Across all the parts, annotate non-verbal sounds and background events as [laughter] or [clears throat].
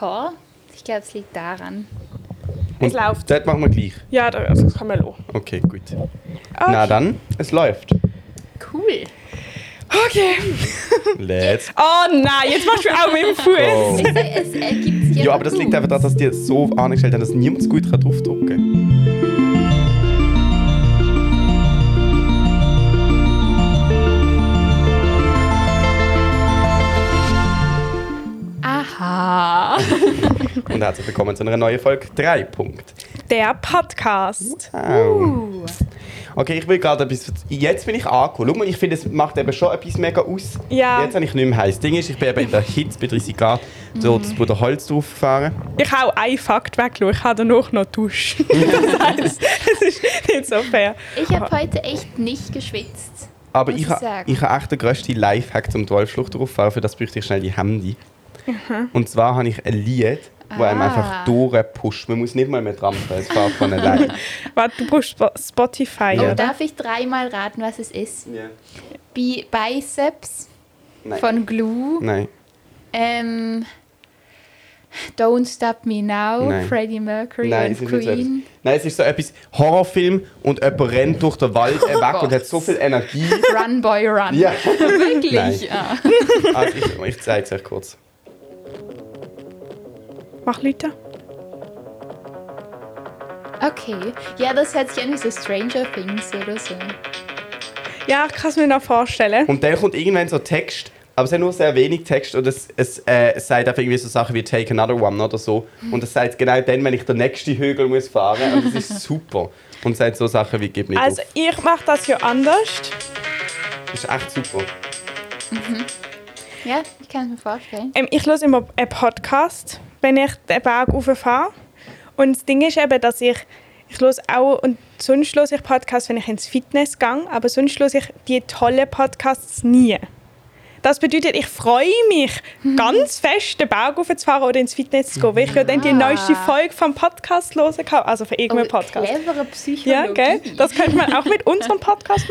Call. Ich glaube, es liegt daran. Es läuft. Das machen wir gleich. Ja, da- also Ah, das kann man auch. Okay, gut. Na dann, es läuft. Cool. Okay. Let's Oh nein, jetzt machst du auch mit dem Fuß. go. Es, Also, es äh, ergibt sich Ja, aber das liegt einfach daran, dass die so angestellt haben, dass niemand es gut draufdrucken kann. Aha. Und herzlich willkommen zu einer neuen Folge 3. Punkt. Der Podcast. Au. Okay, ich will gerade etwas. Jetzt bin ich angekommen. Schau mal, ich finde, es macht eben schon etwas mega aus. Ja. Jetzt habe ich nicht mehr heiß. Ding ist, ich bin eben in der Hitze bei 30 Grad. So, das Bruder Holz draufgefahren. Ich hau einen Fakt weg, schau, ich habe danach noch Dusch. [laughs] das heisst, es ist nicht so fair. Ich habe heute echt nicht geschwitzt. Aber Muss ich, ich ha- sagen. ich habe echt den grössten Lifehack zum Dolchflucht drauffahren. Für das bräuchte ich schnell die Handy. Und zwar habe ich ein Lied, wo einem Ah. einfach durchpusht. Man muss nicht mal mehr trampeln, es fährt von [laughs] allein. Warte, du brauchst Spo- Ja. Spotify, Oh, oder? darf ich dreimal raten, was es ist? Ja. Bi Biceps Nein. von Glue. Nein. Ähm, Don't Stop Me Now, Nein. Freddie Mercury Nein, es und ist nicht so etwas. Queen. Nein, es ist so etwas Horrorfilm und jemand rennt durch den Wald äh, weg und Oh Gott. hat so viel Energie. [laughs] Run Boy Run. [laughs] Ja. Wirklich. Ah. Also ich, ich zeige es euch kurz. Mach Leute. Okay. Ja, das hört sich an wie so Stranger Things oder so. Ja, ich kann es mir noch vorstellen. Und dann kommt irgendwann so Text, aber es hat nur sehr wenig Text und es, es, äh, es sagt einfach irgendwie so Sachen wie Take another one oder so. Und es sagt genau dann, wenn ich den nächsten Hügel muss fahren muss. Und das ist super. Und es sagt so Sachen wie Gib nicht Also, auf. ich mache das ja anders. Das ist echt super. Ja, ich kann es mir vorstellen. Ähm, ich höre immer einen Podcast, wenn ich den Berg rauffahre. Und das Ding ist eben, dass ich, ich höre auch, und sonst höre ich Podcasts, wenn ich ins Fitness gehe, aber sonst höre ich die tollen Podcasts nie. Das bedeutet, ich freue mich ganz fest, den Berg raufzufahren oder ins Fitness zu gehen, weil ich ja dann die neueste Folge vom Podcast hören kann, also von irgendeinem Podcast. Oh, clevere Psychologie. Ja, gell? Das könnte man auch mit unserem Podcast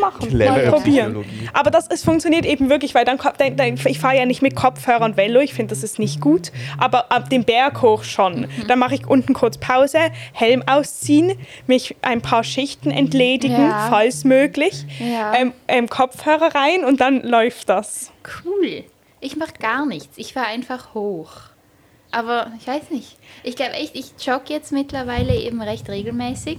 [laughs] machen. Clevere Mal probieren. Psychologie. Aber das ist, funktioniert eben wirklich, weil dann, ko- dann, dann ich fahre ja nicht mit Kopfhörer und Velo, ich finde, das ist nicht gut. Aber ab dem Berg hoch schon. Mhm. Dann mache ich unten kurz Pause, Helm ausziehen, mich ein paar Schichten entledigen, Ja. falls möglich, Ja. ähm, ähm, Kopfhörer rein und dann läuft das. Cool. Ich mache gar nichts. Ich fahre einfach hoch. Aber ich weiß nicht. Ich glaube echt, ich jogge jetzt mittlerweile eben recht regelmäßig.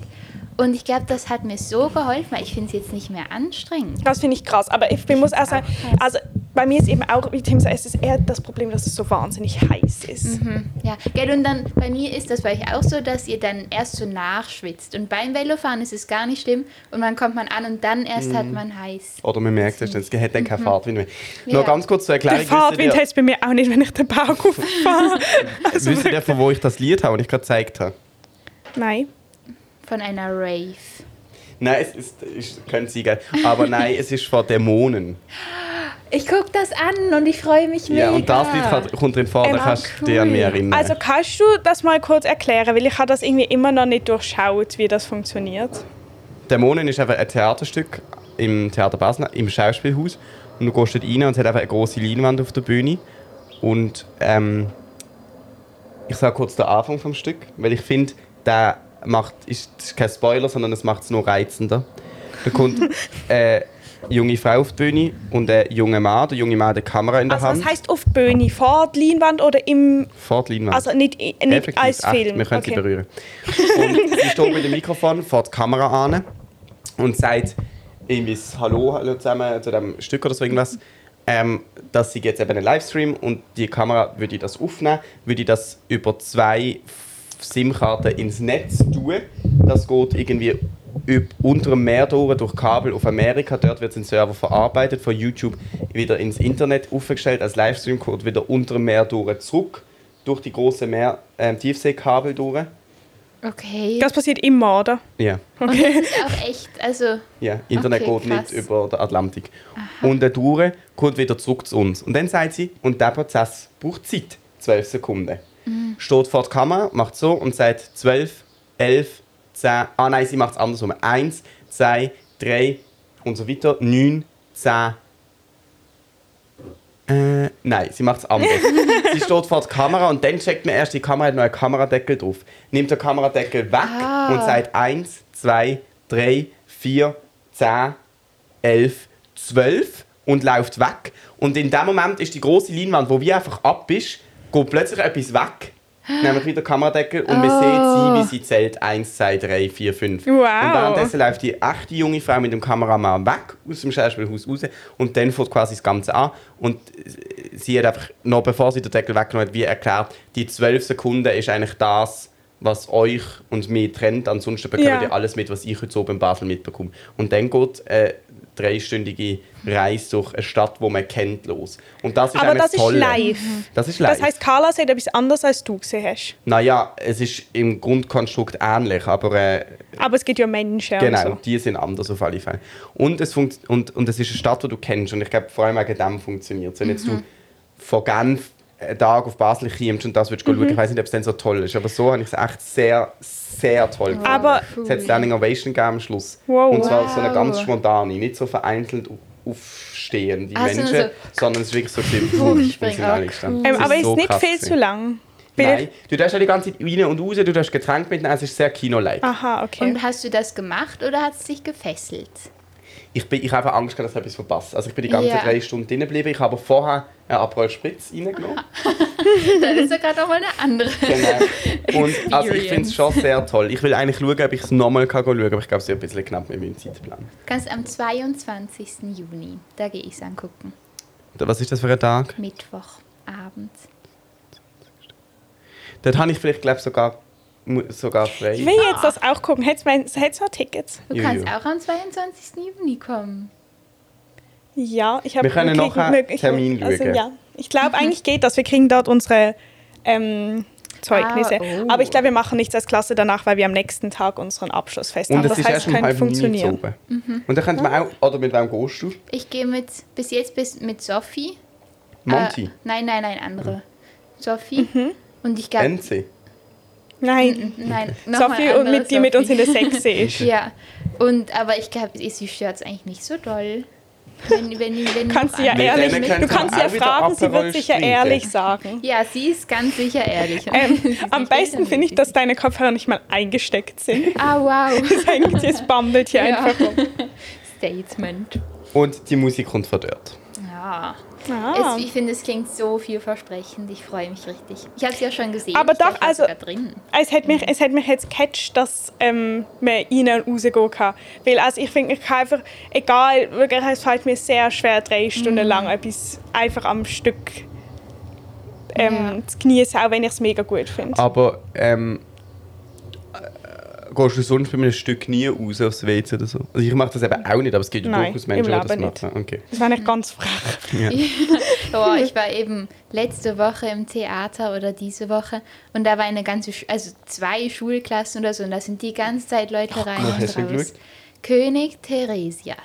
Und ich glaube, das hat mir so geholfen, weil ich finde es jetzt nicht mehr anstrengend. Das finde ich krass. Aber ich, ich muss auch sagen, auch krass. also bei mir ist eben auch, wie Tim sagt, es ist eher das Problem, dass es so wahnsinnig heiß Mhm. ist. Ja, gell, und dann bei mir ist das bei euch auch so, dass ihr dann erst so nachschwitzt. Und beim Velofahren ist es gar nicht schlimm. Und dann kommt man an und dann erst Mhm. hat man heiß. Oder man merkt es, dann, es hat dann keine Fahrtwind mehr. Ja. Noch ganz kurz zur Erklärung. Mhm. Der Fahrtwind wisst heißt bei mir auch nicht, wenn ich den Berg hochfahre. ihr, wisst ihr, von wo ich das Lied habe und ich gerade gezeigt habe? [laughs] Nein. Von einer Rave. Nein, es ist, es könnte sein, gell? aber nein, es ist von Dämonen. Ich gucke das an und ich freue mich mega. Ja, und das Lied kann- kommt drin vor, da Ähm, ah, kannst du dich an mich cool. erinnern. Also kannst du das mal kurz erklären, weil ich habe das irgendwie immer noch nicht durchschaut, wie das funktioniert. Dämonen ist einfach ein Theaterstück im Theater Basel, im Schauspielhaus. Und du gehst dort rein und es hat einfach eine große Leinwand auf der Bühne. Und ähm, ich sage kurz den Anfang vom Stück, weil ich finde, der macht, ist, das ist kein Spoiler, sondern es macht es nur reizender. Da [laughs] kommt eine junge Frau auf die Bühne und ein junger Mann. Der junge Mann hat eine Kamera in der Also Hand. was heißt auf die Bühne, vor der Leinwand oder im, vor die Leinwand. also nicht, äh, nicht Effektiv als acht. Film? Wir können sie okay. [laughs] berühren. Und sie steht mit dem Mikrofon vor die Kamera an und sagt irgendwie das Hallo, Hallo zusammen zu dem Stück oder so irgendwas. Ähm, dass sie jetzt eben einen Livestream und die Kamera würde ich das aufnehmen, würde ich das über zwei F- SIM-Karten ins Netz tun. Das geht irgendwie üb- unter dem Meer durch, durch Kabel auf Amerika. Dort wird es in Server verarbeitet, von YouTube wieder ins Internet aufgestellt als Livestream, geht wieder unter dem Meer durch zurück, durch die großen Meer, ähm, Tiefseekabel durch. Okay. Das passiert immer, oder? Ja. Okay. ist auch echt, also Ja, Internet Okay, geht krass. nicht über den Atlantik. Und der Dure kommt wieder zurück zu uns. Und dann sagt sie, und der Prozess braucht Zeit, 12 Sekunden. Mhm. Steht vor der Kamera, macht so und sagt 12, 11, 10, ah nein, sie macht es andersrum. 1, 2, 3 und so weiter, 9, 10, Äh, nein, sie macht es anders. [laughs] sie steht vor der Kamera und dann checkt man erst, die Kamera hat noch einen Kameradeckel drauf. Nimmt den Kameradeckel weg Ah. und sagt 1, 2, 3, 4, 10, 11, 12 und läuft weg. Und in dem Moment ist die große Leinwand, wo wir einfach ab ist, geht plötzlich etwas weg. Nämlich wieder Kameradeckel und man Oh. sieht sie, wie sie zählt 1, 2, 3, 4, 5. Wow. Und währenddessen läuft die echte junge Frau mit dem Kameramann weg aus dem Schauspielhaus raus und dann fängt quasi das Ganze an. Und äh, sie hat einfach, noch bevor sie den Deckel weggenommen hat, wie erklärt, die 12 Sekunden ist eigentlich das, was euch und mich trennt. Ansonsten bekommt Ja. ihr alles mit, was ich heute oben in Basel mitbekomme. Und dann geht eine dreistündige Reise durch eine Stadt, die man kennt, los. Und das ist Aber eigentlich das ist Tolle. live. Das ist live. Das heisst, Carla sagt etwas anderes, als du gesehen hast. naja, es ist im Grundkonstrukt ähnlich, aber äh, Aber es gibt ja Menschen also. Genau, und so. die sind anders auf alle Fälle. Und es, funkt und, und es ist eine Stadt, die du kennst. Und ich glaube, vor allem wegen dem funktioniert es. Wenn jetzt Mhm. du von Genf einen Tag auf Basel kommst und das würdest du Mhm. schauen, ich weiß nicht, ob es dann so toll ist. Aber so habe ich es echt sehr, sehr toll gefunden. Aber- es hat Standing Ovation gegeben am Schluss. Wow. Und zwar so eine Wow. ganz spontane, nicht so vereinzelt au- aufstehende Ah, Also sondern Menschen, sondern es ist wirklich so ein Hochspringen, wir sind ah, alle cool. gestanden. Ähm, Es ist aber ist so nicht krass viel gewesen. zu lang. Weil Nein, du darfst ja die ganze Zeit rein und raus, du darfst Getränke mitnehmen, es ist sehr Kino-like. Ich, aha, okay. Und hast du das gemacht oder hat es dich gefesselt? [laughs] ich, bin, ich habe Angst, gehabt, dass ich etwas verpasse. Also ich bin die ganzen Ja. drei Stunden drinnen geblieben. Ich habe vorher einen Aperol Spritz [laughs] reingenommen. Dann ist ja gerade auch mal eine andere. Genau. Und also ich finde es Experience. schon sehr toll. Ich will eigentlich schauen, ob ich es nochmal schauen kann, aber ich glaube, es ist ein bisschen knapp mit meinem Zeitplan. Ganz am 22. Juni, da gehe ich es angucken. Was ist das für ein Tag? Mittwochabend. Dort habe ich vielleicht, glaube sogar, mu- sogar frei. Ich will jetzt das auch gucken. Hättest du auch Tickets? Du Juju. kannst auch am 22. Juni kommen. Ja, ich habe Wir können noch einen Termin also, schauen. ja. Ich glaube, eigentlich geht das. Wir kriegen dort unsere ähm, Zeugnisse. Ah, oh. Aber ich glaube, wir machen nichts als Klasse danach, weil wir am nächsten Tag unseren Abschluss Und festhaben. es das ist heißt, erst es um könnte halb neun zu funktionieren. Mhm. Äh, oben. Und dann könnte man auch... Oder mit wem gehst du? Ich gehe mit, bis jetzt bis mit Sophie. Monty? Äh, nein, nein, nein, andere. Sophie. Mhm. Und ich glaube. NC? Nein, Nein, nochmal Sophie und andere mit, die mit uns in der [laughs] Sechse ist. Ja, und aber ich glaube, sie stört es eigentlich nicht so doll. Wenn, wenn, wenn [laughs] kannst noch sie ja andere- ehrlich, mit- können du kannst sie ja auch wieder fragen, sie Aperol wird sicher trinken. ehrlich sagen. Ja, sie ist ganz sicher ehrlich. [laughs] Sie Ähm, ist am nicht besten finde ich, böse. dass deine Kopfhörer nicht mal eingesteckt sind. [laughs] Ah, wow. Das hängt jetzt bammelt hier Ja. einfach rum. [laughs] Statement. Und die Musik kommt von dort. Ja. Ah. Es, ich finde, es klingt so vielversprechend. Ich freue mich richtig. Ich habe es ja schon gesehen. Aber ich glaub, doch, ich war also- sogar drin. Es hat mich, es hat mich jetzt gecatcht, dass ähm, man rein und rausgehen kann. Weil also ich finde, ich kann einfach, egal, wirklich, es fällt mir sehr schwer, Mhm. drei Stunden lang etwas einfach am Stück ähm, Ja. zu genießen, auch wenn ich es mega gut finde. Aber ähm, äh, gehst du sonst bei einem Stück nie raus aufs WC oder so? Also ich mache das eben auch nicht, aber es gibt ja Nein, durchaus Menschen, die im das Leben machen. Okay. Das war nicht ganz frech. Oh, [laughs] ich war eben letzte Woche im Theater oder diese Woche und da war eine ganze, Sch also zwei Schulklassen oder so und da sind die ganze Zeit Leute rein Gott, hast und du raus. geschaut? König Theresias.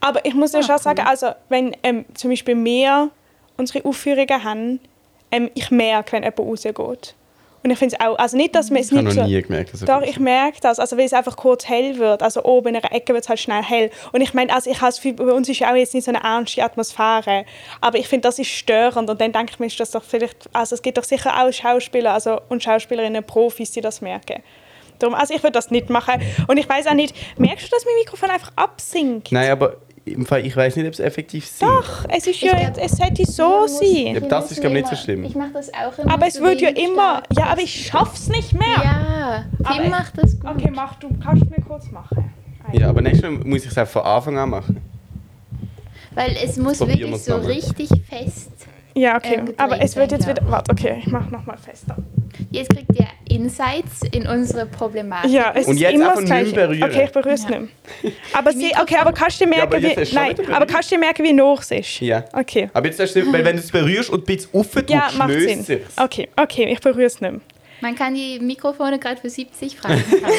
Aber ich muss ja Ah, schon cool. sagen, also wenn ähm, zum Beispiel wir unsere Aufführungen haben, ähm, ich merke, wenn jemand rausgeht. Und ich finde es auch, also nicht, dass man es Ich habe nicht Mhm. noch so... nie gemerkt, dass er Doch, ich merke das, also weil es einfach kurz hell wird. Also oben in einer Ecke wird es halt schnell hell. Und ich meine, also ich habe das Gefühl, bei uns ist ja auch jetzt nicht so eine ernste Atmosphäre. Aber ich finde, das ist störend. Und dann denke ich mir, ist das doch vielleicht... Also es gibt doch sicher auch Schauspieler also, und Schauspielerinnen, Profis, die das merken. Darum, also ich würde das nicht machen. Und ich weiß auch nicht, merkst du, dass mein Mikrofon einfach absinkt? Nein, aber im Fall, ich weiß nicht, ob es effektiv ist. Doch, es ist ja, glaub, es hätte Oh, so Ja, sein. das ist, glaub ich, nicht so schlimm. Ich mache das auch immer. Aber es so wird ja wenig immer, stark. ja, aber ich schaff's nicht mehr. Ja, Aber- Tim macht das gut. Okay, mach du, kannst du mir kurz machen. Ja, aber nächstes Mal muss ich es auch von Anfang an machen. Weil es muss Probieren wirklich wir's so nochmal. richtig fest. Ja, Äh, okay, Ähm, gedreht aber es wird sein, jetzt ja. wieder, warte, okay, ich mach nochmal fester. Jetzt kriegt ihr Insights in unsere Problematik. Ja, es Und Also ist jetzt immer einfach das nicht mehr Gleiche. berühren. Okay, ich berühre es Ja. nicht mehr. [laughs] Aber sie, okay, aber kannst du Ja, aber merken, jetzt ist wie, schon nein, wieder aber berührt. kannst du merken, wie hoch es ist? Ja. Okay. Aber jetzt darfst du nicht, weil wenn du es berührst und ein bisschen aufdrückst, Ja, macht löst Sinn. es. Okay, okay, ich berühre es nicht mehr. Man kann die Mikrofone gerade für 70 Franken [laughs] kaufen.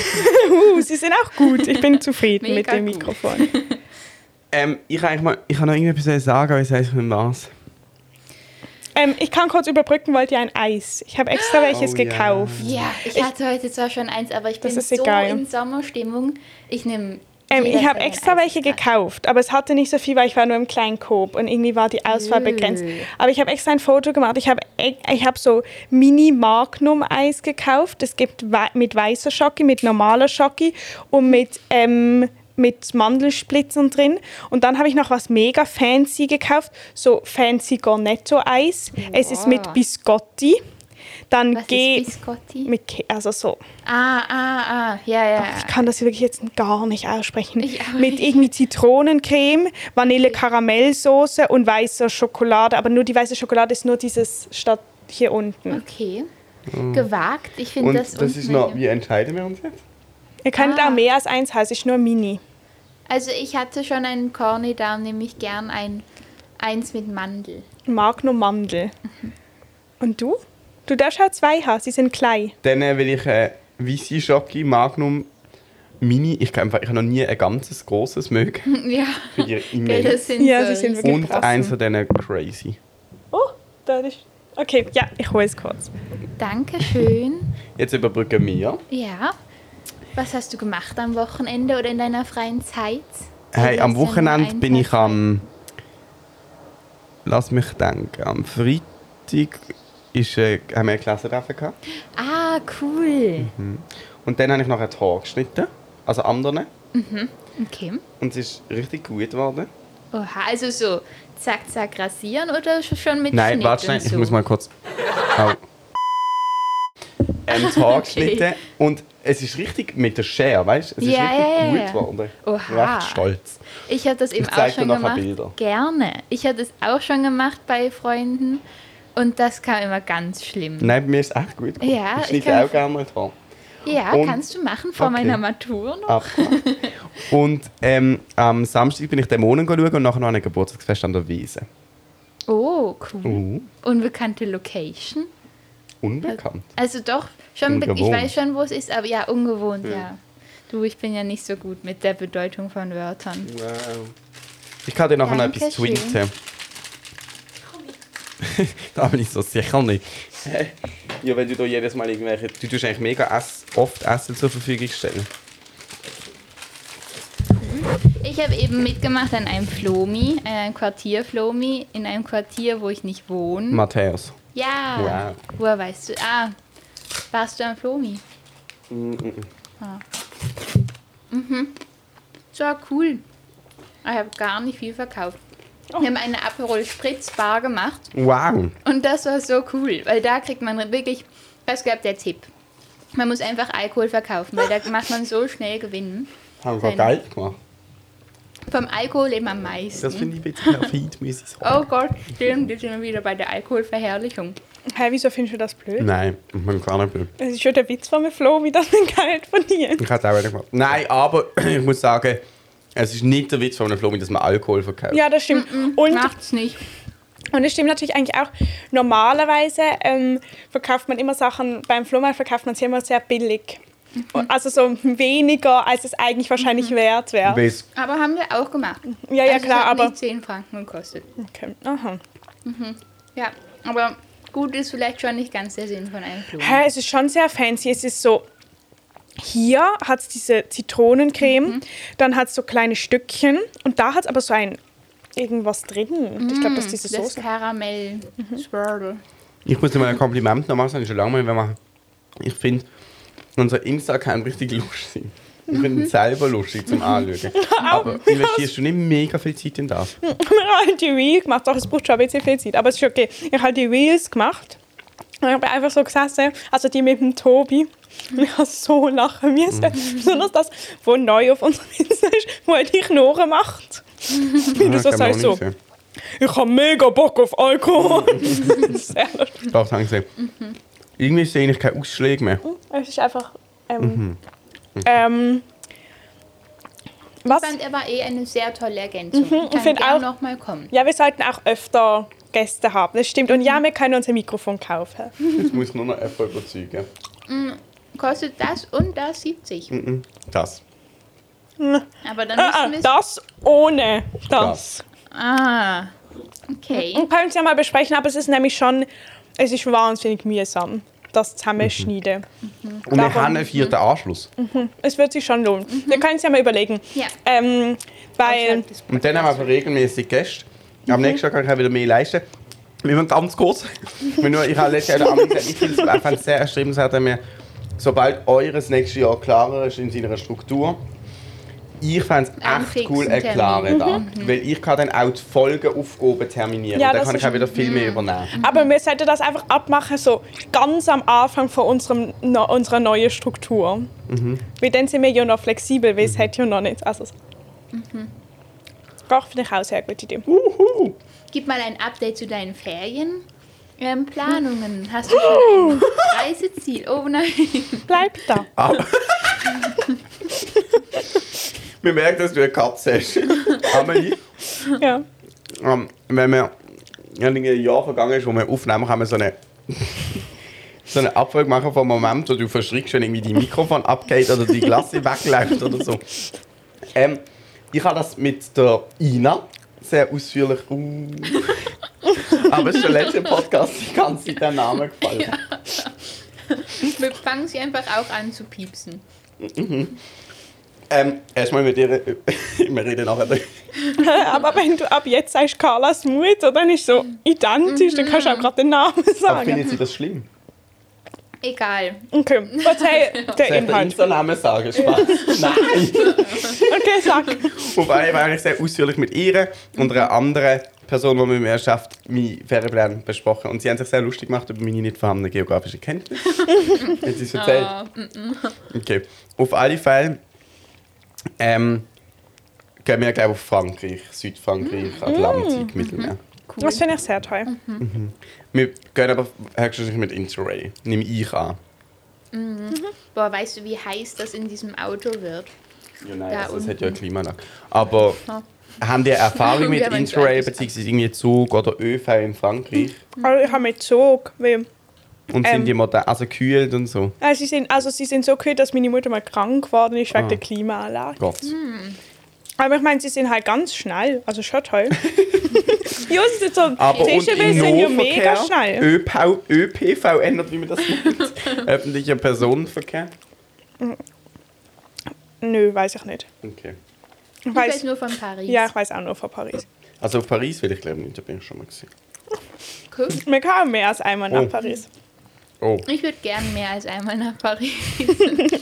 Uh, sie sind auch gut. Ich bin zufrieden mit Mega dem gut. Mikrofon. Ähm, ich kann eigentlich mal, ich kann noch irgendetwas sagen, aber ich weiß nicht was. Ähm, ich kann kurz überbrücken, wollt ihr ein Eis? Ich habe extra welches Oh ja. gekauft. ja, ich hatte heute zwar schon eins, aber ich bin Das ist so egal. in Sommerstimmung. Ich nehme Ähm, Jeder ich habe soll ein extra Eis welche tragen. gekauft, aber es hatte nicht so viel, weil ich war nur im kleinen Coop und irgendwie war die Auswahl Nö. begrenzt. Aber ich habe extra ein Foto gemacht. Ich habe e- ich hab so Mini-Magnum-Eis gekauft. Es gibt wei mit weißer Schocke, mit normaler Schocke und mit, ähm, mit Mandelsplitzern drin. Und dann habe ich noch was mega fancy gekauft, so fancy Cornetto-Eis. Es ist mit Wow. Biscotti. Dann Was Ge- ist Biscotti? mit Kä- also so ah, ah, ah, ja, ja. ich kann das wirklich jetzt gar nicht aussprechen. Ich auch Mit nicht. irgendwie Zitronencreme, Vanille-Karamellsoße und weißer Schokolade. Aber nur die weiße Schokolade ist nur dieses statt hier unten. Okay. Gewagt. Ich finde Hm. Und das. das, ist noch, wie entscheiden wir uns jetzt? Ihr könnt Ah. auch mehr als eins haben, es ist nur Mini. Also ich hatte schon einen Corny, da nehme ich gern ein eins mit Mandel. [laughs] Magnum Mandel. Mhm. Und du? Du darfst auch zwei haben, sie sind klein. Dann äh, will ich äh, Weisse Schocke, Magnum, Mini. Ich, kann einfach- ich habe noch nie ein ganzes [laughs] großes mögen. ja. Für die Gell, E-Mail. das sind Ja, so sie sind riesig. wirklich- Und krass. eins von diesen crazy. Oh, da ist. Okay, ja, ich hole es kurz. Dankeschön. Jetzt überbrücken wir. Ja. Was hast du gemacht am Wochenende oder in deiner freien Zeit? Hey, Oder am ist da nur Wochenende ein bin ich Tag? am. Lass mich denken. Am Freitag ist, äh, haben wir ein Klassentreffen gehabt. Ah, cool. Mhm. Und dann habe ich noch ein Haar geschnitten. Also anderen. Okay. Und es ist richtig gut geworden. Oha, also so zack, zack, rasieren oder sch- schon mit Nein, Schnitt warte schnell, und so? ich muss mal kurz. Au. [laughs] Ähm, das Haar geschnitten. Und es ist richtig mit der Schere, weißt du? Es ist Ja, richtig ja, ja, gut ja. geworden. Ich bin Oha. echt stolz. Ich habe das eben auch zeig dir schon nachher gemacht. Bilder. Gerne. Ich habe das auch schon gemacht bei Freunden und das kam immer ganz schlimm. Nein, bei mir ist es echt gut. geworden. Ja, ich ich schneide kann- auch gerne mal das Haar. Ja, Und- kannst du machen vor Okay. Ah. meiner Matur noch? Ab. [laughs] und ähm, am Samstag bin ich Dämonen schauen und nachher noch an einem Geburtstagsfest an der Wiese. Oh, cool. Uh, Unbekannte Location. unbekannt. Also doch, schon be- ich Ungewohnt. weiß schon, wo es ist, aber ja, ungewohnt, ja. Du, ich bin ja nicht so gut mit der Bedeutung von Wörtern. Wow. Ich kann dir nachher noch etwas Dankeschön. twinten. [laughs] da bin ich so sicher nicht. ja, wenn du da jedes Mal irgendwelche. Du tust eigentlich mega ess, oft Essen zur Verfügung stellen. Ich habe eben mitgemacht an einem Flomi, äh, einem Quartier Flomi, in einem Quartier, wo ich nicht wohne. Matthäus. Ja. Woher weißt du? Ah, warst du am Flomi? Ah. Mhm. Das war cool. Ich habe gar nicht viel verkauft. Wir haben eine Aperol Spritz Bar gemacht Wow. und das war so cool, weil da kriegt man wirklich, das gab der Tipp. Man muss einfach Alkohol verkaufen, weil [laughs] da macht man so schnell Gewinn. Haben wir Fein. geil gemacht. Vom Alkohol eben am meisten. Das finde ich ein bisschen perfid, muss ich sagen. oh Gott, stimmt, jetzt sind wir wieder bei der Alkoholverherrlichung. Hä, wieso findest du das blöd? Nein, man kann nicht mehr. Es ist schon der Witz von mir, Flo, wie das [laughs] denn gar nicht von dir. Ich hätte es auch nicht gemacht. Nein, aber [clears throat] ich muss sagen, es ist nicht der Witz von einem Flummi, dass man Alkohol verkauft. Ja, das stimmt. Und Macht's nicht. Und das stimmt natürlich eigentlich auch. Normalerweise ähm, verkauft man immer Sachen, beim Flohmarkt verkauft man sie immer sehr billig. Also so weniger, als es eigentlich wahrscheinlich wert wäre. Weil es Aber haben wir auch gemacht. Ja, ja, also klar, es hat aber- Nicht 10 Franken gekostet. Okay. Aha. Ja, aber gut ist vielleicht schon nicht ganz der Sinn von einem Flug. Hä, es ist schon sehr fancy. Es ist so, hier hat es diese Zitronencreme, dann hat es so kleine Stückchen und da hat es aber so ein irgendwas drin. Und ich glaube, das ist diese Das Soße. Mhm. Karamell Swirl. Ich muss dir mal ein Kompliment noch machen, das habe ich schon lange mal nicht mehr machen. Ich finde, unser Insta kann richtig lustig. Ich finde ihn selber lustig zum Anschauen. [laughs] Aber investierst du nicht mega viel Zeit in das? Wir haben halt die Reels gemacht. Doch, es braucht schon ein bisschen viel Zeit, aber es ist okay. Ich habe die Reels gemacht. Und ich bin einfach so gesessen, also die mit dem Tobi. Und Ich habe so lachen müssen. Mhm. Besonders das, wo neu auf unserem Insta ist, wo er die [laughs] Knochen macht. Wie du Ah, so kann man auch sagst, so, nicht sehen. Mhm. ich habe mega Bock auf Alkohol. [laughs] Sehr lustig. Doch, das habe ich gesehen. Mhm. Irgendwie sehe ich keinen Ausschlag mehr. Es ist einfach, ähm, Mhm. ähm, was? Ich fand aber eh eine sehr tolle Ergänzung. Mhm, ich Kann find gern auch- noch mal kommen. Ja, wir sollten auch öfter Gäste haben, das stimmt. Und ja, wir können uns ein Mikrofon kaufen. Jetzt muss ich nur noch Apple überzeugen. Kostet das und das 70. Das. Aber dann Ah, ah, müssen wir das ohne das. Das. Ah, okay. Und können es ja mal besprechen, aber es ist nämlich schon, es ist wahnsinnig mühsam. das zusammenschneiden. Und wir Darum- haben einen vierten Mhm. Anschluss. Es wird sich schon lohnen. Wir können es ja mal überlegen. Ja. Ähm, weil Außerhalb des Und dann haben wir einfach regelmäßig Gäste. Am Mhm. nächsten Tag kann ich auch wieder mehr leisten. Wir machen ganz kurz. Wenn nur, ich habe letztes Jahr Abend gesagt, ich finde es einfach sehr erstrebenswert, wenn wir, sobald eures nächstes Jahr klarer ist in seiner Struktur, ich fände Einen es echt fixen cool, einen Termin. klaren Tag. Weil ich kann dann auch die Folgeaufgaben terminieren. Mhm. Ja, und dann das kann ich ist- auch wieder viel mehr übernehmen. Aber wir sollten das einfach abmachen, so ganz am Anfang von unserem, no, unserer neuen Struktur. Weil dann sind wir ja noch flexibel, weil es hat ja noch nicht. Also, Doch, finde ich auch eine sehr gute Idee. Uhu. Gib mal ein Update zu deinen Ferien. Ähm, Planungen. Hast du schon ein Reiseziel? Oh nein. Bleib da. Ah. [laughs] Wir merken, dass du eine Katze [laughs] hast. Amelie. Ja. Ähm, wenn wir ja, ein Jahr vergangen ist, wo wir aufnehmen, kann man so eine, so eine Abfolge machen vom Moment, wo du verschrickst, wenn irgendwie dein Mikrofon abgeht oder die Klasse wegläuft oder so. Ähm, ich habe das mit der Ina sehr ausführlich. Uh, aber es ist der letzte Podcast, die ganze Zeit der Name gefallen. Wir fangen sie einfach auch an zu piepsen. Ähm, erstmal mit dir. [laughs] wir reden nachher. drüber. [laughs] Aber wenn du ab jetzt sagst Carlas Mutter, dann ist so identisch, dann kannst du auch gerade den Namen Mhm. Aber findet sagen. sie das schlimm? Egal. Okay, [laughs] erzähl Soll der ich den Inhalt. Insta-Namen sagen? Spaß. Nein! Okay, [laughs] sag. Wobei ich eigentlich sehr ausführlich mit ihr und einer anderen Person, die mit mir schafft, meine Ferienpläne besprochen. Und sie haben sich sehr lustig gemacht über meine nicht vorhandene geografische Kenntnis. Jetzt ist es erzählt. Ah, Okay. Auf alle Fälle ähm, gehen wir, glaube ich, auf Frankreich, Südfrankreich, Atlantik, Mittelmeer. cool. Das finde ich sehr toll. Wir gehen aber höchstwahrscheinlich mit Interrail, nehme ich an. Boah, weißt du, wie heiß das in diesem Auto wird? Ja, nein, Da also das unten. hat ja Klimaanlage. Aber Ah. haben die Erfahrung mit Wir haben ein Interrail, zweites. beziehungsweise irgendwie Zug oder ÖV in Frankreich? Aber ich habe mich gezogen, weil Und Ähm. sind die modern, also kühlt und so? äh, sie, sind, also sie sind so kühl, dass meine Mutter mal krank geworden ist wegen Ah. der Klimaanlage. Gott. Aber ich meine, sie sind halt ganz schnell. Also [laughs] schon toll. ja, sie sind so. Aber die und Tischebel im sind ja mega Nahverkehr, schnell. ÖPV, ÖPV ändert, wie man das nennt, [laughs] öffentlicher Personenverkehr. Nö, weiß ich nicht. Okay. Ich Ich weiß weiß, nur von Paris. ja, ich weiß auch nur von Paris. Also auf Paris will ich glaube ich nicht, da bin ich schon mal gesehen. Cool. Wir kamen mehr als einmal nach Oh. Paris. Oh. Ich würde gern mehr als einmal nach [laughs] Paris.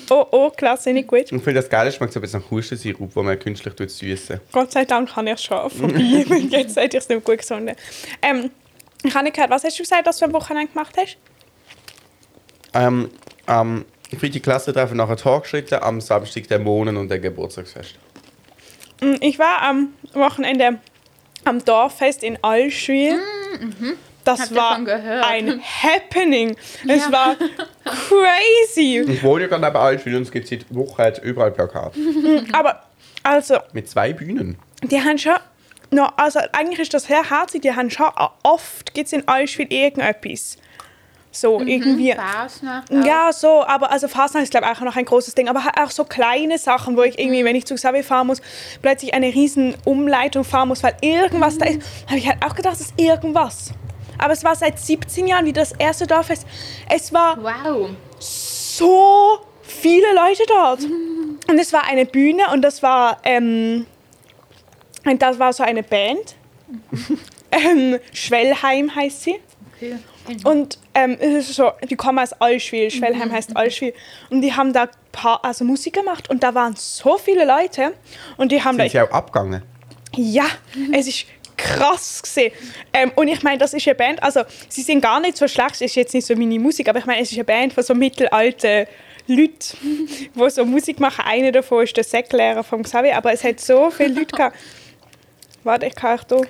Oh, oh, klasse, nicht gut. Und ich finde das geil, schmeckt so ein bisschen nach Hustensirup, wo man künstlich süßen. Gott sei Dank kann ich [laughs] schon vorbei. [laughs] weil Jetzt hätte ich es nicht gut gefunden. Ähm, ich habe nicht gehört, was hast du gesagt, dass du am Wochenende gemacht hast? Ähm, ähm, ich finde die Klasse treffen nachher Talkschritte am Samstag der Monen und der Geburtstagsfest. Mm, Ich war am Wochenende am Dorffest in Allschwil. Das Mm, mhm. Hab war davon gehört. ein Happening. Es Ja. war [laughs] crazy. Ich wohne ja gerade bei Altschülern, und es gibt seit Wochen jetzt überall [laughs] Plakat. Aber also, Mit zwei Bühnen. die haben schon. No, also eigentlich ist das sehr hart. Die haben schon auch oft gibt es in Allschwil irgendetwas. So, Mhm. irgendwie. Spaß nach. Ja, so, aber also Fastnacht ist, glaube ich, auch noch ein großes Ding. Aber auch so kleine Sachen, wo ich irgendwie, wenn ich zu Xavi fahren muss, plötzlich eine riesen Umleitung fahren muss, weil irgendwas da ist. Habe ich halt auch gedacht, es ist irgendwas. Aber es war seit 17 Jahren wieder das erste Dorffest. Es war Wow. so viele Leute dort. Und es war eine Bühne und das war, ähm, und das war so eine Band. ähm, Schwellheim heißt sie. Okay. Und ähm, es ist so, die kommen aus Allschwil, Schwellheim heißt Allschwil. Und die haben da paar, also Musik gemacht und da waren so viele Leute. Und die haben Sind sie da. auch abgegangen? Ja, es ist krass gesehen. Ähm, und ich meine, das ist eine Band, also sie sind gar nicht so schlecht, es ist jetzt nicht so meine Musik, aber ich meine, es ist eine Band von so mittelalten Leuten, die so Musik machen. Einer davon ist der Säcklehrer von Xavi, aber es hat so viele Leute gehabt. Warte, ich kann euch da.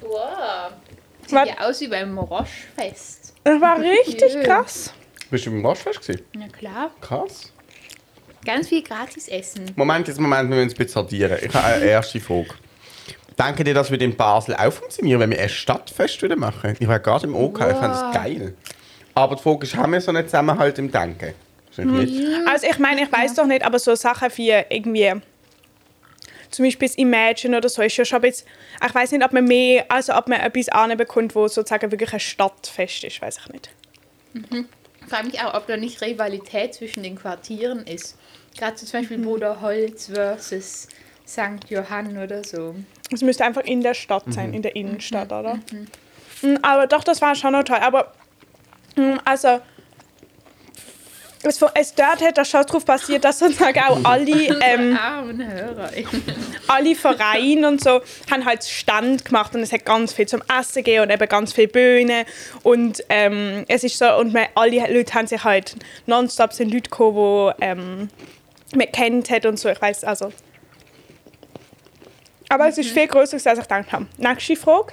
Wow. Sieht Was? ja aus wie beim Roche-Fest. Das war richtig Jö. krass. Bist du im Waschfest gewesen? Na klar. Krass. Ganz viel Gratis-Essen. Moment, jetzt Moment, wir müssen es bisschen sortieren. Ich habe eine erste Frage. Denken dir, das würde in Basel auch funktionieren, wenn wir ein Stadtfest würden machen? Ich war gerade im OK, ich fand Wow. das geil. Aber die Frage ist, haben wir so einen Zusammenhalt im Denken? Mhm. Wahrscheinlich nicht. Also ich meine, ich weiß doch nicht, aber so Sachen wie irgendwie zum Beispiel das Imagine oder so ist ja schon jetzt, ich weiß nicht, ob man mehr, also ob man etwas anbekommt, wo sozusagen wirklich ein Stadtfest ist, weiß ich nicht. frage mich auch, ob da nicht Rivalität zwischen den Quartieren ist. Gerade so zum Beispiel Bruderholz versus St. Johann oder so. Es müsste einfach in der Stadt sein, in der Innenstadt, oder? Mm, Aber doch, das war schon noch toll. Aber mm, also es, fu- es dort hat das schon drauf passiert, dass sozusagen auch alle, ähm, Armen Hörer. alle Vereine und so haben halt Stand gemacht und es hat ganz viel zum Essen gegeben und eben ganz viel Bühne und ähm, es ist so und man, alle Leute haben sich halt nonstop sind Leute gekommen, die ähm, man kennt hat und so. Ich weiß also. Aber es Mhm. ist viel größer, als ich gedacht habe. Nächste Frage.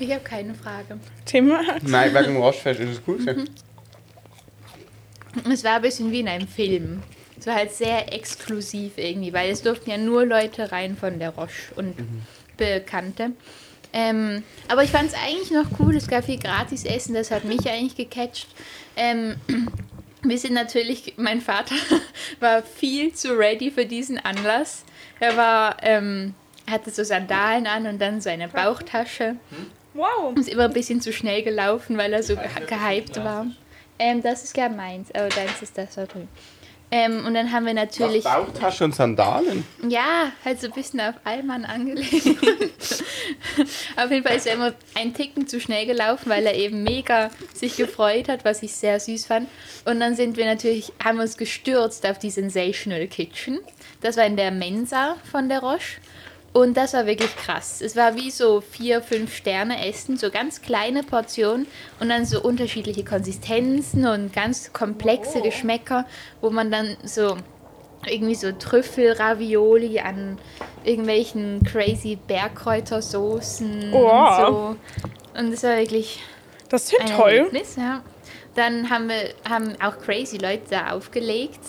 Ich habe keine Frage. Tim, Mhm. Nein, wegen dem Rostfest ist es gut. Es war ein bisschen wie in einem Film. Es war halt sehr exklusiv irgendwie, weil es durften ja nur Leute rein von der Roche und Bekannte. Ähm, aber ich fand es eigentlich noch cool. Es gab viel Gratisessen, das hat mich eigentlich gecatcht. Ähm, [clears throat] wir sind natürlich, mein Vater [laughs] war viel zu ready für diesen Anlass. Er war, ähm, hatte so Sandalen an und dann so eine Bauchtasche wow. ist immer ein bisschen zu schnell gelaufen, weil er so ge gehypt war. Ähm, das ist ja meins, aber deins ist das da drüben. Ähm, und dann haben wir natürlich. Bauchtasche und Sandalen. Ja, halt so ein bisschen auf Allmann angelegt. [laughs] auf jeden Fall ist er immer einen Ticken zu schnell gelaufen, weil er eben mega sich gefreut hat, was ich sehr süß fand. Und dann sind wir natürlich, haben uns gestürzt auf die Sensational Kitchen. Das war in der Mensa von der Roche. Und das war wirklich krass. Es war wie so vier, fünf Sterne Essen, so ganz kleine Portionen und dann so unterschiedliche Konsistenzen und ganz komplexe Geschmäcker, wo man dann so irgendwie so Trüffel-Ravioli an irgendwelchen crazy Bergkräutersoßen Wow. und so. Und das war wirklich Das ist Oh. ja Ähm, ein toll. Erlebnis, ja. Dann haben wir haben auch crazy Leute da aufgelegt.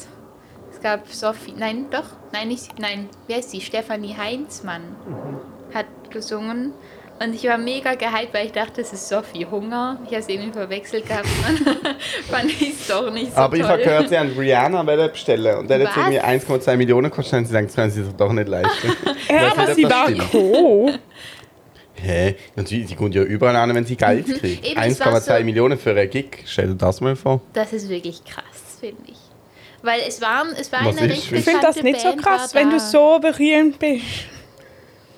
Es gab Sophie, nein, doch, nein, nicht, nein, wer ist die? Stefanie Heinzmann Mhm. hat gesungen. Und ich war mega gehypt, weil ich dachte, es ist Sophie Hunger. Ich habe es irgendwie verwechselt gehabt. [laughs] und dann Fand ich es doch nicht so Aber toll. ich habe gehört, sie haben Rihanna wollen bestellen. Und dann hat sie Was? mir 1,2 Millionen gekostet. Und sie sagen, das können sie sich doch [laughs] nicht leisten. Ja, weiß nicht, aber ob sie das war stimmt. cool. Hä? Natürlich, sie kommt ja überall an, wenn sie Geld kriegt. Mhm. Eben, es war 1,2 so- Millionen für einen Gig. Stell dir das mal vor. Das ist wirklich krass, finde ich. Weil es war, es war Was eine ist- richtig Ich finde das bekannte nicht so Band war krass, wenn du da. so berühmt bist.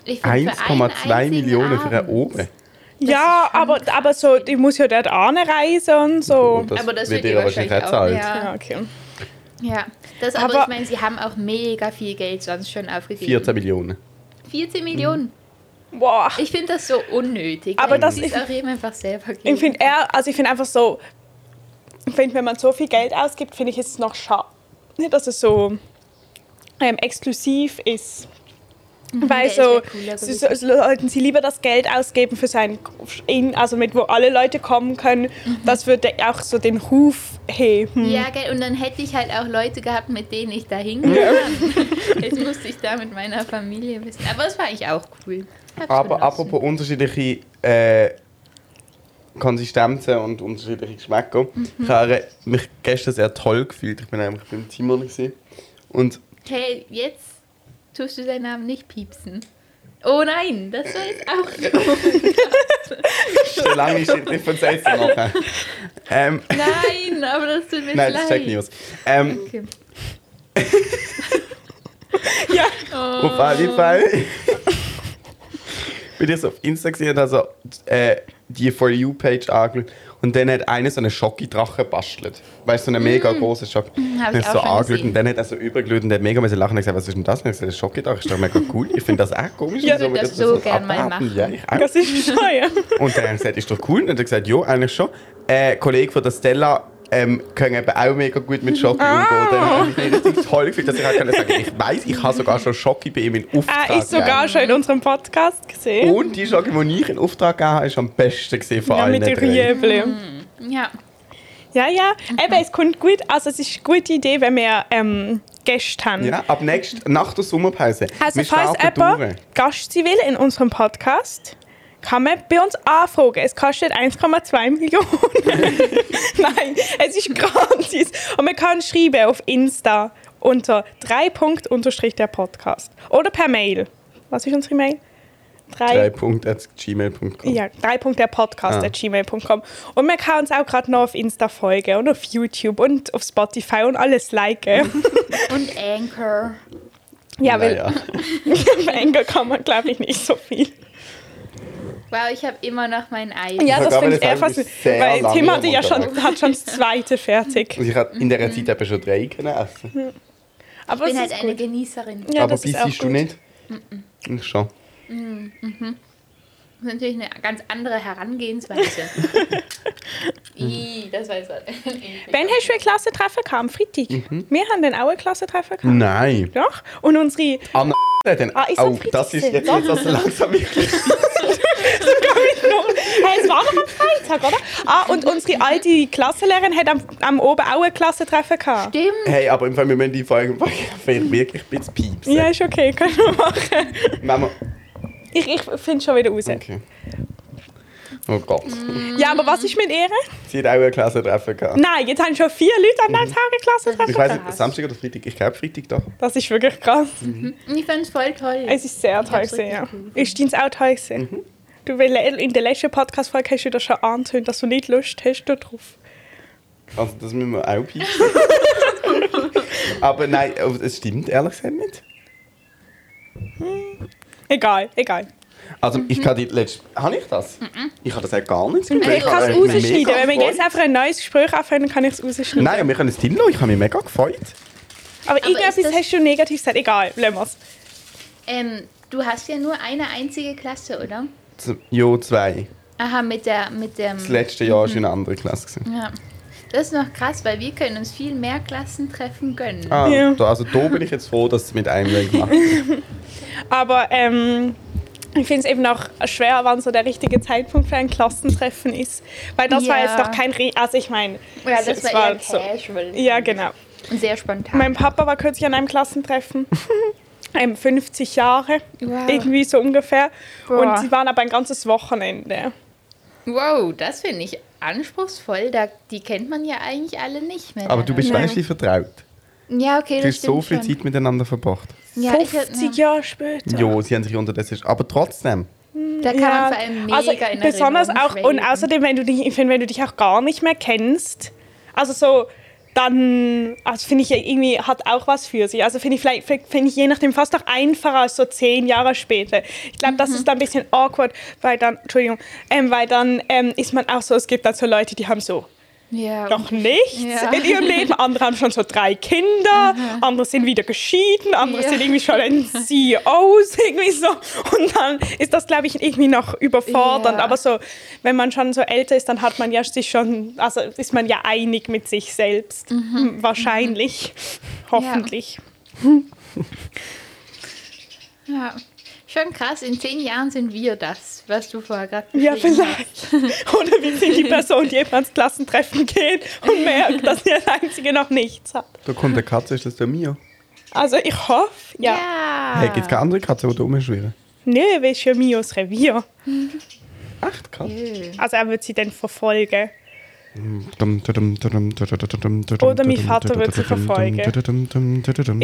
Ich find, für einen 1,2 einzigen Millionen für einen Abend. Oben. Ja, aber, aber so, ich muss ja dort anreisen und so. Und Oh, das Aber das wird wird ihr ihr wahrscheinlich auch wahrscheinlich auch, zahlt. ja. Ja, okay. Ja, das aber, Aber- ich meine, sie haben auch mega viel Geld sonst schon aufgegeben. 14 Millionen. 14 Millionen. Boah. Ich finde das so unnötig. Aber das- ist auch eben einfach selber Ich geben. finde eher, also ich finde einfach so, ich finde, wenn man so viel Geld ausgibt, finde ich es noch schade, dass es so ähm, exklusiv ist. Mhm. der Weil so, ist ja cooler sie, so, sollten sie lieber das Geld ausgeben für sein, in, also mit wo alle Leute kommen können, das würde auch so den Ruf heben. Mhm. Ja, gell, und dann hätte ich halt auch Leute gehabt, mit denen ich da hingefahren. [laughs] Jetzt musste ich da mit meiner Familie wissen. Aber das war eigentlich auch cool. Hab's Aber genossen. apropos unterschiedliche äh, Konsistenzen und unterschiedliche Geschmäcker. Mhm. Ich habe mich gestern sehr toll gefühlt. Ich bin nämlich beim Timon. gewesen. Und Hey, jetzt tust du deinen Namen nicht piepsen. Oh nein, das war jetzt [laughs] auch. so lange ist es nicht von [laughs] selbst zu machen. Ähm, Nein, aber das tut mir nein, leid. das ist Fake News. Ähm, Okay. [laughs] Ja. Auf Oh. alle Fall bin ich so auf Insta gesehen und habe so, äh, die For You-Page angeschaut. Und dann hat einer so einen Schocki-Drachen bastelt. Weißt du, so einen mega großen Schock. Mm. hab Dann ich hab so auch schon angeschaut und gesehen. dann hat er so übergelötet und hat mega müssen lachen und gesagt, was ist denn das? Und ich hab gesagt, ein Schocki-Drache ist doch mega cool. Ich finde das echt komisch. Ja, wieso ich würd wir das so gern mal abwerten. machen. Ja, ich auch. [laughs] Das ist scheuer. Und dann haben sie gesagt, ist doch cool. Und dann hat er gesagt, ja, eigentlich schon. Äh, Kollege von der Stella ähm, können eben auch mega gut mit Schocki Ah. umgehen. Dann habe ich mich richtig toll gefühlt, dass ich auch können sagen ich weiß, ich habe sogar schon Schocki bei ihm in Auftrag Er ist gegeben. sogar schon in unserem Podcast gesehen. Und die Schocke, die ich in Auftrag gegeben habe, ist am besten gewesen von ja, allen mit der drei. Rüebli. Ja. Ja, ja. Eben, es kommt gut. Also, es ist eine gute Idee, wenn wir ähm, Gäste haben. Ja, ab nächst, nach der Sommerpause. Also, Wir falls starten durch. jemand Gast sein will in unserem Podcast, kann man bei uns anfragen. Es kostet [laughs] 1,2 Millionen. Nein, es ist gratis. Und man kann schreiben auf Insta unter 3 Punkt unterstrich der Podcast. Oder per Mail. Was ist unsere Mail? Drei Drei. Punkt at gmail.com. Ja, drei Punkt der Podcast Ah. at gmail.com. Und man kann uns auch gerade noch auf Insta folgen und auf YouTube und auf Spotify und alles [laughs] liken. Und Anchor. ja, weil [laughs] Naja. auf Anchor kann man, glaube ich, nicht so viel. Wow, ich habe immer noch mein Ei. Ja, Ich das wollte finde ich gerade einfach sagen, so. du bist sehr Weil lange Tim hatte ja schon, unterwegs. hat schon das zweite fertig. Und Also, ich hatte in dieser Zeit eben schon drei können essen. Ich Aber es bin halt ist eine gut. Genießerin. Ja, Aber das ist auch bissest du gut. nicht? Ich schon. Das ist natürlich eine ganz andere [laughs] Herangehensweise. Ih, das weiß [laughs] ich. Wann hast du ein Klassentreffen gehabt? Am Freitag? Wir haben dann auch ein Klassentreffen gehabt. Nein. Doch. Und unsere... [laughs] Am denn? Ah, ist am oh, das ist Freitag jetzt nicht so langsam [laughs] wirklich. Hey, es war noch am Freitag, oder? Ah, und unsere alte Klassenlehrerin hat am, am Oben auch ein Klassentreffen gehabt. Stimmt. Hey, aber im Fall, wir müssen die Folge vielleicht wirklich ein bisschen piepsen. Ja, ist okay, können wir machen. Wenn wir- Ich, ich finde schon wieder raus. Okay. Oh Gott. Ja, aber was ist mit ihr? Sie hat auch ein Klassentreffen gehabt. Nein, jetzt haben schon vier Leute an diesem Tag ein Mhm. Ich Klassentreffen weiß gehabt. nicht, Samstag oder Freitag? Ich glaube Freitag doch. Das ist wirklich krass. Ich fand es voll toll. Es ist sehr toll hab's gewesen, ja. richtig Mhm. cool Ist deins auch toll gewesen? Du, weil in der letzten Podcast-Folge hast du das schon angetönt, dass du nicht Lust hast darauf. Also das müssen wir auch piepsen. [laughs] aber nein, aber es stimmt ehrlich gesagt nicht. Egal, egal. Also Mhm. ich kann die letzte... Habe ich das? Ich habe das auch gar nicht. Ich, Ich kann es habe mich rausschneiden. mega Wenn wir gefreut. jetzt einfach ein neues Gespräch anfangen, kann ich es rausschneiden. Nein, aber wir können es drin lassen. Ich habe mich mega gefreut. Aber, ist irgendetwas das- hast du negativ gesagt. Egal, lassen wir es. Ähm, du hast ja nur eine einzige Klasse, oder? Z- Jo, zwei. Aha, mit der, mit dem. Das letzte Jahr war ich in einer anderen Klasse. gewesen. Ja. Das ist noch krass, weil wir können uns viel mehr Klassentreffen gönnen. Ah, Ja. da, also da bin ich jetzt froh, dass es mit einem Weg macht. [laughs] Aber ähm, ich finde es eben auch schwer, wann so der richtige Zeitpunkt für ein Klassentreffen ist. Weil das war Ja. jetzt noch kein... Re also ich meine... Ja, das es- es war eher so- casual. Ja, genau. Und Sehr spontan. Mein Papa war kürzlich an [laughs] einem Klassentreffen. Ähm, 50 Jahre, Wow. irgendwie so ungefähr. Boah. Und sie waren aber ein ganzes Wochenende. wow, das finde ich anspruchsvoll. Da, die kennt man ja eigentlich alle nicht mehr. Aber du bist Nein. menschlich vertraut. Ja, okay, Du das hast so stimmt viel schon. Zeit miteinander verbracht. Ja, ich, 50 ja, Jahre später. Jo, sie haben sich unterdessen... Aber trotzdem. da kann Ja. man vor allem mega also, in besonders Erinnerung auch und schwelgen. außerdem wenn du dich ich finde, wenn du dich auch gar nicht mehr kennst also so dann also finde ich ja irgendwie hat auch was für sich also finde ich vielleicht finde ich je nachdem fast auch einfacher als so zehn Jahre später ich glaube Mhm. das ist dann ein bisschen awkward weil dann Entschuldigung ähm, weil dann ähm, ist man auch so es gibt dann so Leute die haben so ja, noch nichts Ja. in ihrem Leben. Andere haben schon so drei Kinder, andere sind wieder geschieden, andere Ja. sind irgendwie schon ein [laughs] CEOs, irgendwie so. Und dann ist das, glaube ich, irgendwie noch überfordernd. Ja. Aber so, wenn man schon so älter ist, dann hat man ja sich schon, also ist man ja einig mit sich selbst. Mhm. Hm, Wahrscheinlich. Hoffentlich. ja. Schon krass, in zehn Jahren sind wir das, was du vorher gerade Ja, beschrieben hast. vielleicht. [laughs] Oder wie sind die Person, die eben ans Klassentreffen geht und merkt, dass sie als einzige noch nichts hat. Da kommt eine Katze, ist das der Mio? Also ich hoffe, ja. Ja. Hey, gibt es keine andere Katze, die da rumschwirren? Nö, weil ist ja Mios Revier. Echt, Katze? Öh. Also er wird sie dann verfolgen. Oder mein Vater wird sie verfolgen. Ist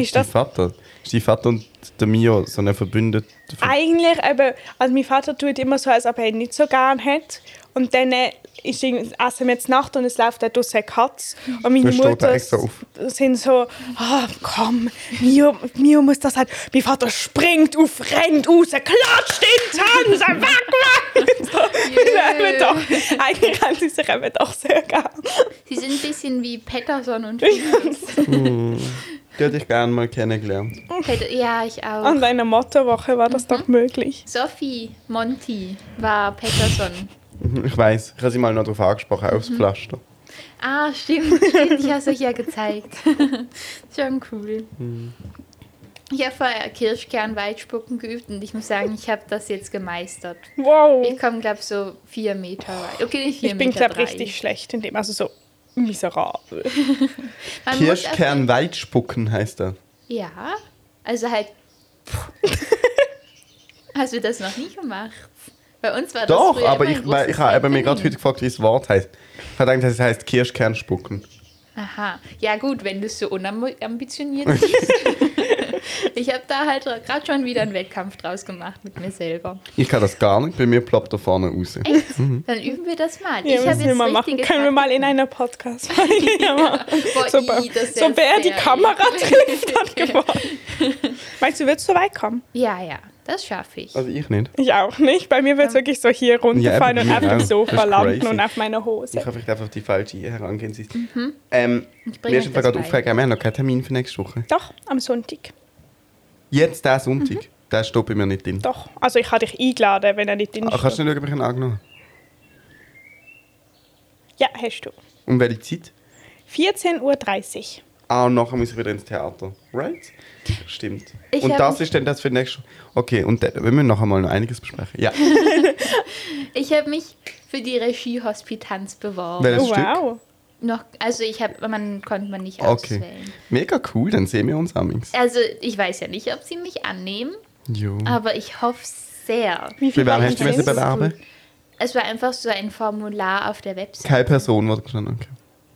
Ist das... das- Vater? Ist dein Vater und der Mio so ein verbündet? Eigentlich, aber, also mein Vater tut immer so, als ob er ihn nicht so gern hat. Und dann äh, ist irgendwie- essen wir jetzt Nacht und es läuft da draussen eine Katze. Und meine Da steht er Mutter extra auf. sind so, ah, komm, Mio, Mio muss das halt. Mein Vater springt auf, rennt raus, klatscht in den Tanz, er weg, [laughs] weg. So, Yeah. eben doch, [laughs] eigentlich haben sie sich eben doch sehr gern. [laughs] Sie sind ein bisschen wie Patterson und Phoenix. Die hätte ich gerne mal kennengelernt. Pat- ja, ich auch. An einer Mottowoche war das doch möglich. Sophie Monty war Patterson. Ich weiß, ich habe sie mal noch darauf angesprochen, Mhm. aufs Pflaster. Ah, [laughs] stimmt, stimmt. Ich habe es euch ja gezeigt. [laughs] Schon cool. Mhm. Ich habe vorher Kirschkern-Weitspucken geübt und ich muss sagen, ich habe das jetzt gemeistert. Wow. Ich komme, glaube ich, so vier Meter weit. Okay, nicht vier Ich bin, Meter. glaube ich, richtig schlecht in dem. Also so miserabel. Man muss auf- Kirschkern weitspucken heißt das. Ja, also [laughs] halt. Hast du das noch nie gemacht? Bei uns war das Doch, früher aber immer ich, ein weil großes ich habe eben mir Happening. gerade heute gefragt, wie das Wort heißt. Ich habe gedacht, es heißt Kirschkern spucken. Aha. Ja gut, wenn du so [laughs] unambitioniert bist. [laughs] ich habe da halt gerade schon wieder einen Wettkampf draus gemacht mit mir selber. Ich kann das gar nicht, bei mir ploppt da vorne raus. Echt? Mhm. Dann üben wir das mal. Ja, ich habe müssen wir jetzt mal machen. richtige Können wir mal in einer podcast [laughs] [laughs] ja. Boah, So, i, bei- das ist so ja wer die fair. [laughs] Kamera trifft, hat gewonnen. Meinst du, wird so weit kommen? Ja, ja, das schaffe ich. Also ich nicht. Ich auch nicht. Bei mir wird es wirklich so hier runterfallen Ja, und bei auf mir dem auch. Sofa Das ist landen crazy. und auf meiner Hose. Ich habe vielleicht einfach die falsche Herangehensweise. Ähm, Mhm. Ich bring mir euch ist einfach das gerade bei. aufgefallen, wir haben noch keinen Termin für nächste Woche. Doch, am Sonntag. Jetzt, der Sonntag, Mhm. der steht bei mir nicht drin. Doch. Also ich habe dich eingeladen, wenn er nicht drin Ah, kannst ist. du nicht schauen, ob ich ihn angenommen habe? Ja, hast du. Um welche Zeit? 14.30 Uhr. Ah, und nachher muss ich wieder ins Theater. Right? Stimmt. Ich und hab das mich- ist dann das für nächste Okay, und da- wir müssen nachher mal noch einiges besprechen. [laughs] Ja, Ich habe mich für die Regie-Hospitanz beworben. welches Oh, Stück? wow. Noch, also ich habe, man konnte man nicht Okay. auswählen. Mega cool, dann sehen wir uns amings. Also ich weiß ja nicht, ob sie mich annehmen, Jo. aber ich hoffe sehr. Wie Bei wem waren hast du das? müssen bewerben? Es war einfach so ein Formular auf der Website. Keine Person wurde gestanden.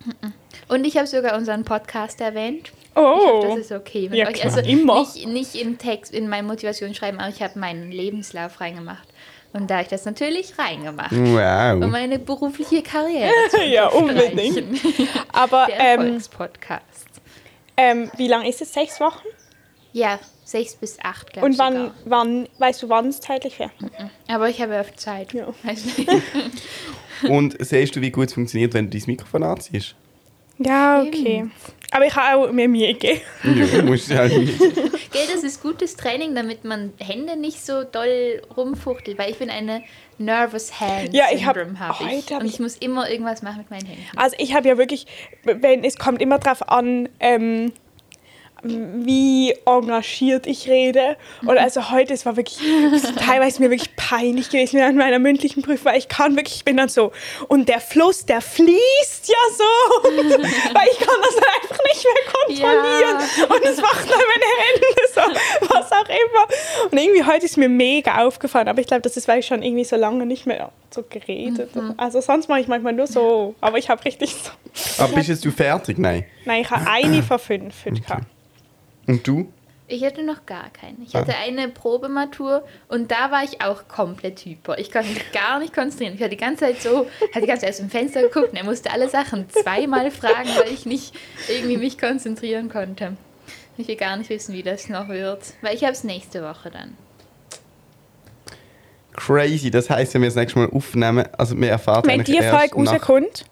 Okay. Und ich habe sogar unseren Podcast erwähnt. Ich hoffe, Oh. das ist okay mit Ja, euch. klar. Also Immer. Nicht, nicht im Text, in meinem Motivationsschreiben, aber ich habe meinen Lebenslauf reingemacht. Und da habe ich das natürlich reingemacht. Um Wow. meine berufliche [laughs] Karriere zu Mhm. Ja, unbedingt. [laughs] erreichen. Aber Der ähm, Erfolgspodcast. ähm, wie lange ist es? Sechs Wochen? Ja, sechs bis acht, glaube ich. Und wann, sogar. wann, weißt du, wann es zeitlich wäre? Aber ich habe ja oft Zeit. [laughs] Also, Ja. Weißt du? Und siehst du, wie gut es funktioniert, wenn du dein Mikrofon anziehst? Ja, okay. Aber ich habe auch mir Mühe gegeben. Ja, musst du ja nicht. Gell, das ist gutes Training, damit man Hände nicht so doll rumfuchtelt, weil ich bin eine Nervous Hand Ja, ich hab- Syndrome habe hab ich. heute hab Und ich- ich muss immer irgendwas machen mit meinen Händen. Also ich habe ja wirklich, wenn es kommt immer drauf an, ähm, wie engagiert ich rede. Und also heute, es war wirklich es ist teilweise mir wirklich peinlich gewesen während meiner mündlichen Prüfung, weil ich kann wirklich, ich bin dann so, und der Fluss, der fließt ja so, [laughs] weil ich kann das einfach nicht mehr kontrollieren. Und es macht dann meine Hände so, was auch immer. Und irgendwie heute ist mir mega aufgefallen, aber ich glaube, das ist, weil ich schon irgendwie so lange nicht mehr so geredet habe. Also sonst mache ich manchmal nur so, aber ich habe richtig so, Aber bist jetzt du fertig? Nein. nein, ich habe eine von fünf heute gehabt. Und du? Ich hatte noch gar keinen. Ich hatte eine Probematur und da war ich auch komplett hyper. Ich konnte mich gar nicht konzentrieren. Ich war die ganze Zeit so, hatte die ganze Zeit aus dem Fenster geguckt und er musste alle Sachen zweimal fragen, weil ich nicht irgendwie mich konzentrieren konnte. Ich will gar nicht wissen, wie das noch wird, weil ich habe es nächste Woche dann. Crazy. Das heisst, wenn wir das nächste Mal aufnehmen, also wir erfahren Wenn eigentlich die erst Folge nach- rauskommt,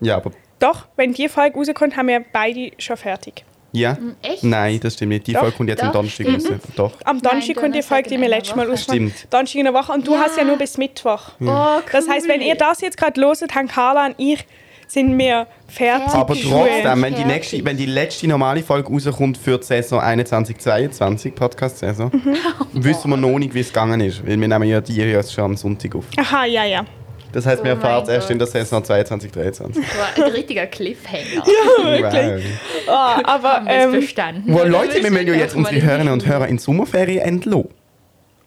Ja, aber... doch, wenn die Folge rauskommt, haben wir beide schon fertig. Ja? Hm, echt? Nein, das stimmt nicht. Die Doch, Folge kommt jetzt am doch, Mhm. Donnerstag stimmt. raus. Doch. Am Donnerstag kommt die Donnerstag Folge, die in wir einer letztes Mal Woche. ausmachen. Stimmt. Donnerstag in der Woche. Und du Ja. hast ja nur bis Mittwoch. Oh, Das heißt, wenn ihr das jetzt gerade loset, haben Carla und ich, sind wir fertig. Aber Die trotzdem, Schuhe. wenn die, nächste, wenn die letzte normale Folge rauskommt für die Saison 21-22, Podcast-Saison, Mhm. [laughs] wissen wir noch nicht, wie es gegangen ist. Weil wir nehmen ja die jetzt schon am Sonntag auf. Aha, ja, ja. Das heißt, wir Oh mein erfahren es erst Gott. in der Saison 22-23. [laughs] Boah, ein richtiger Cliffhanger. Wow. Oh, aber Haben wir es [laughs] ähm, bestanden. Wow, Oder Leute, wir müssen müssen ja jetzt noch mal unsere in die Hörerinnen und Schule? Hörer in die Sommerferien entlassen.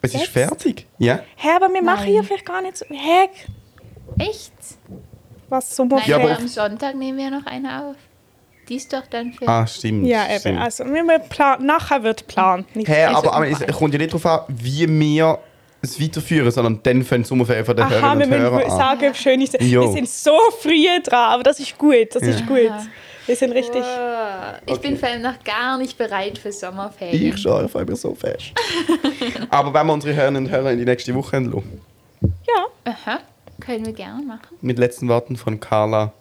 Es ist Jetzt? fertig. Ja? hä, aber wir machen Nein. ja vielleicht gar nicht so. Hä? Echt? Was Nein, Ja, Sommerferien? aber aber- am Sonntag nehmen wir noch eine auf. Die ist doch dann für. Ah, stimmt. Ja, eben. stimmt. Also, wir wir plan nachher wird geplant. nicht- Hä, also, aber, aber es nein. kommt ja nicht darauf an, wie wir es weiterführen, sondern dann fangen die Sommerferien von den Aha, wir Hörerinnen und müssen Hörern an. sagen, schön ist. Wir Jo. sind so früh dran, aber das ist gut. Das ist gut. Aha. Wir sind richtig. Boah, Ich bin vor allem noch gar nicht bereit für Sommerferien. Ah, Ich schaue auf einmal so [laughs] fest. aber wenn wir unsere Hörerinnen und Hörer in die nächste Woche entlassen, Ja. Aha, können wir gerne machen. mit letzten Worten von Carla.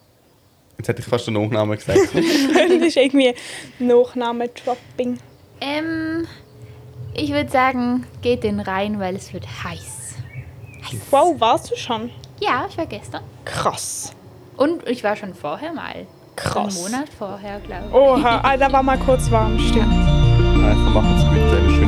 Jetzt hätte ich fast den Nachnamen [laughs] gesagt. das ist irgendwie Nachname-Dropping. Ähm, ich würde sagen, geht in den Rhein, weil es wird heiß. Wow, warst du schon? Ja, ich war gestern. Krass. Und ich war schon vorher mal. Krass. Einen Monat vorher, glaube ich. Oha, ah, da war mal kurz warm, stimmt. also machen Sie bitte.